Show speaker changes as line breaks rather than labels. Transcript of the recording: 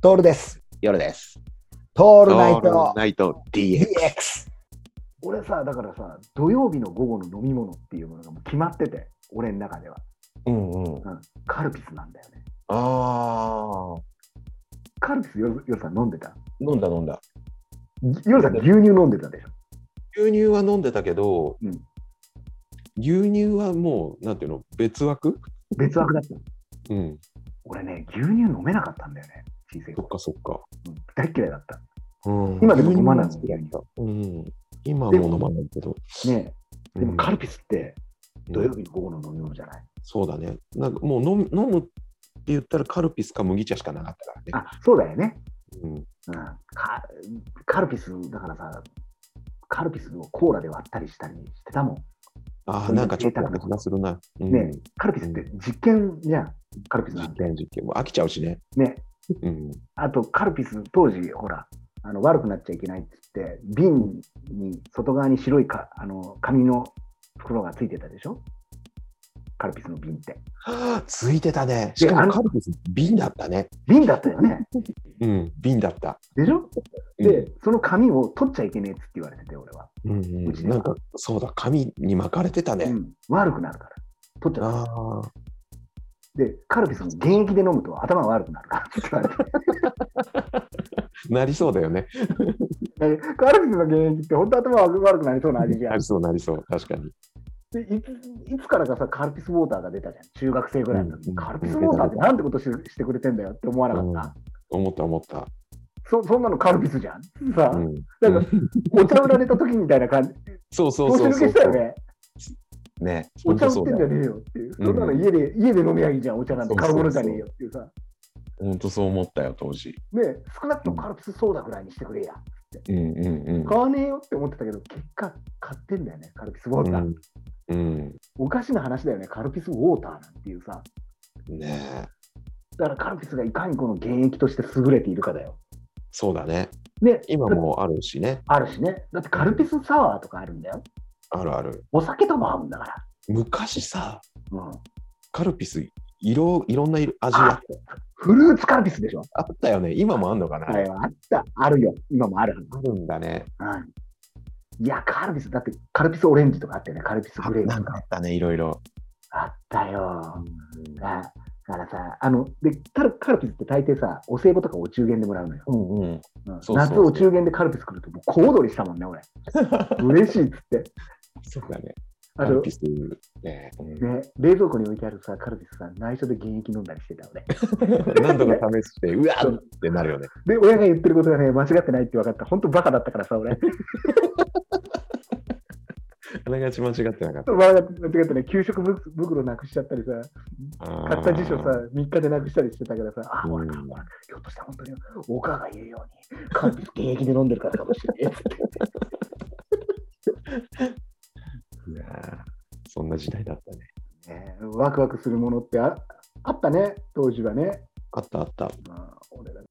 トールです。
夜です。
ト
オ
ールナイト
ナイト DX。
DX。俺さ、だからさ、土曜日の午後の飲み物っていうものがもう決まってて、俺の中では。
うんうん。
うん、カルピスなんだよね。
ああ。
カルピス、よ夜さん飲んでた
飲んだ飲んだ。
夜さん牛乳飲んでたでしょ。
牛乳は飲んでたけど、
うん
牛乳はもう、なんていうの、別枠
別枠だった。
うん。
俺ね、牛乳飲めなかったんだよね。小さい
そっ
頃。
かそっか。
うん大っ嫌いだった。
うん
今でも飲まないもん
牛乳は好きだったうん。今はもう飲まないけど。
ねえでもカル
ピ
ピスって土曜日の午後の飲み物じゃない、
そうだね。なんかもう飲む飲むって言ったらカルピスか麦茶しかなかったからね。
あ、そうだよね。
うん、
うん、カカルピス、だからさ、カルピスをコーラで割ったりしたりしてたもん。そ
ああ、
ういう
なんかちょっと
贅沢な
気がするな。うん
ねカルピスって実験じゃん、カルピスな
実
んて。
験実験。もう飽きちゃうしね。
ね、
うん。
あとカルピス、当時、ほら、あの悪くなっちゃいけないって言って、瓶に外側に白いかあの紙の袋がついてたでしょ、カルピスの瓶って。
はあついてたね。しか
あ
も
の
カルピス瓶だったね。
瓶だったよね、
うん、瓶だった。
でしょ
うん
で、その紙を取っちゃいけねえって言われてて、俺は。
うん
う
う
ち
ん、
は
なんかそうだ、紙に巻かれてた
う
ね。
ん、悪くなるから、取っちゃ
あ
っ
あ、
た。で、カルピスも原液で飲むと頭が悪くなるからって言われて
なりそうだよね。
で カルピスの原液って本当頭悪くなりそうな味じゃん
なり。そう、なりそう、確かに。
でいついつからかさ、カルピスウォーターが出たじゃん。中学生ぐらいの時、
うん
カルピスウォーターってなんてことししてくれてんだよって思わなかった。
思った、思った。
そそんなのカルピスじゃん。さあ、
うん、
なんか、お茶売られた時みたいな感じ。
そうそう
調子
そう
抜け
そ
したよ
う。
ね。
ね、
お茶売っ
そう
てん
だ
じゃ
よ。
ねえよっていう。
うん
そんなの家で、家で飲みゃいいじゃん、お茶なんて。
そう
買
そうう
も
そう
のじゃねえよっていうさ。
本当そう思ったよ、当時。
ねえ少なくともカルピスソーダぐらいにしてくれや。
うんうんうん。
買わねえよって思ってたけど、結果、買ってんだよね、カルピスウォーター。
うん、
おかしな話だよね、カルピスウォーターなんていうさ。
うん、ねえ
だからカルピスがいかにこの原液として優れているかだよ。
そうだね。
ね、
今もうあるしね。
あるしね。だってカルピスサワーとかあるんだよ。
あるある。
お酒とも合うんだから。
昔さ、
うん、
カルピス、色、いろんな色味あった
フルーツカルピスでしょ。
あったよね。今もあんのかな、
はい、あった。あるよ。今もある
あるんだね。
はず。うん、いや、カルピス、だってカルピスオレンジとかあってね、カルピスグレープ
な
と
んか
か
あったね、いろいろ。
あったよ。だだからさ、あの、で、ただカルピスって大抵さ、お歳暮とかお中元でもらうのよ。
うんうん。
うん
そうそう
夏お中元でカルピス来ると、もう小躍りしたもんね、 俺。嬉しいっつって。
そうだね。
あ
カル
と
ピ、スね。うん
ね、冷蔵庫に置いてあるさ、カルピスさ、内緒で原液飲んだりしてたよね。
何度か試して、うわーってなるよね。
で、親が言ってることがね、間違ってないって分かった。本当バカだったからさ、 俺。
あれがち間違ってなかっ
間違ってね、給食ぶ袋なくしちゃったりさ、
た。あ
買った
ー
辞書さ、3日でなくしたりしてたからさ、あ、
うん
俺か、俺か、ひょっとしたら本当に、お母が言うように、カルピス現役で飲んでるからかもしれない。
いやーそんな時代だったね。
ねワクワクするものってああったね、当時はね。
あったあった。
まあ、俺ら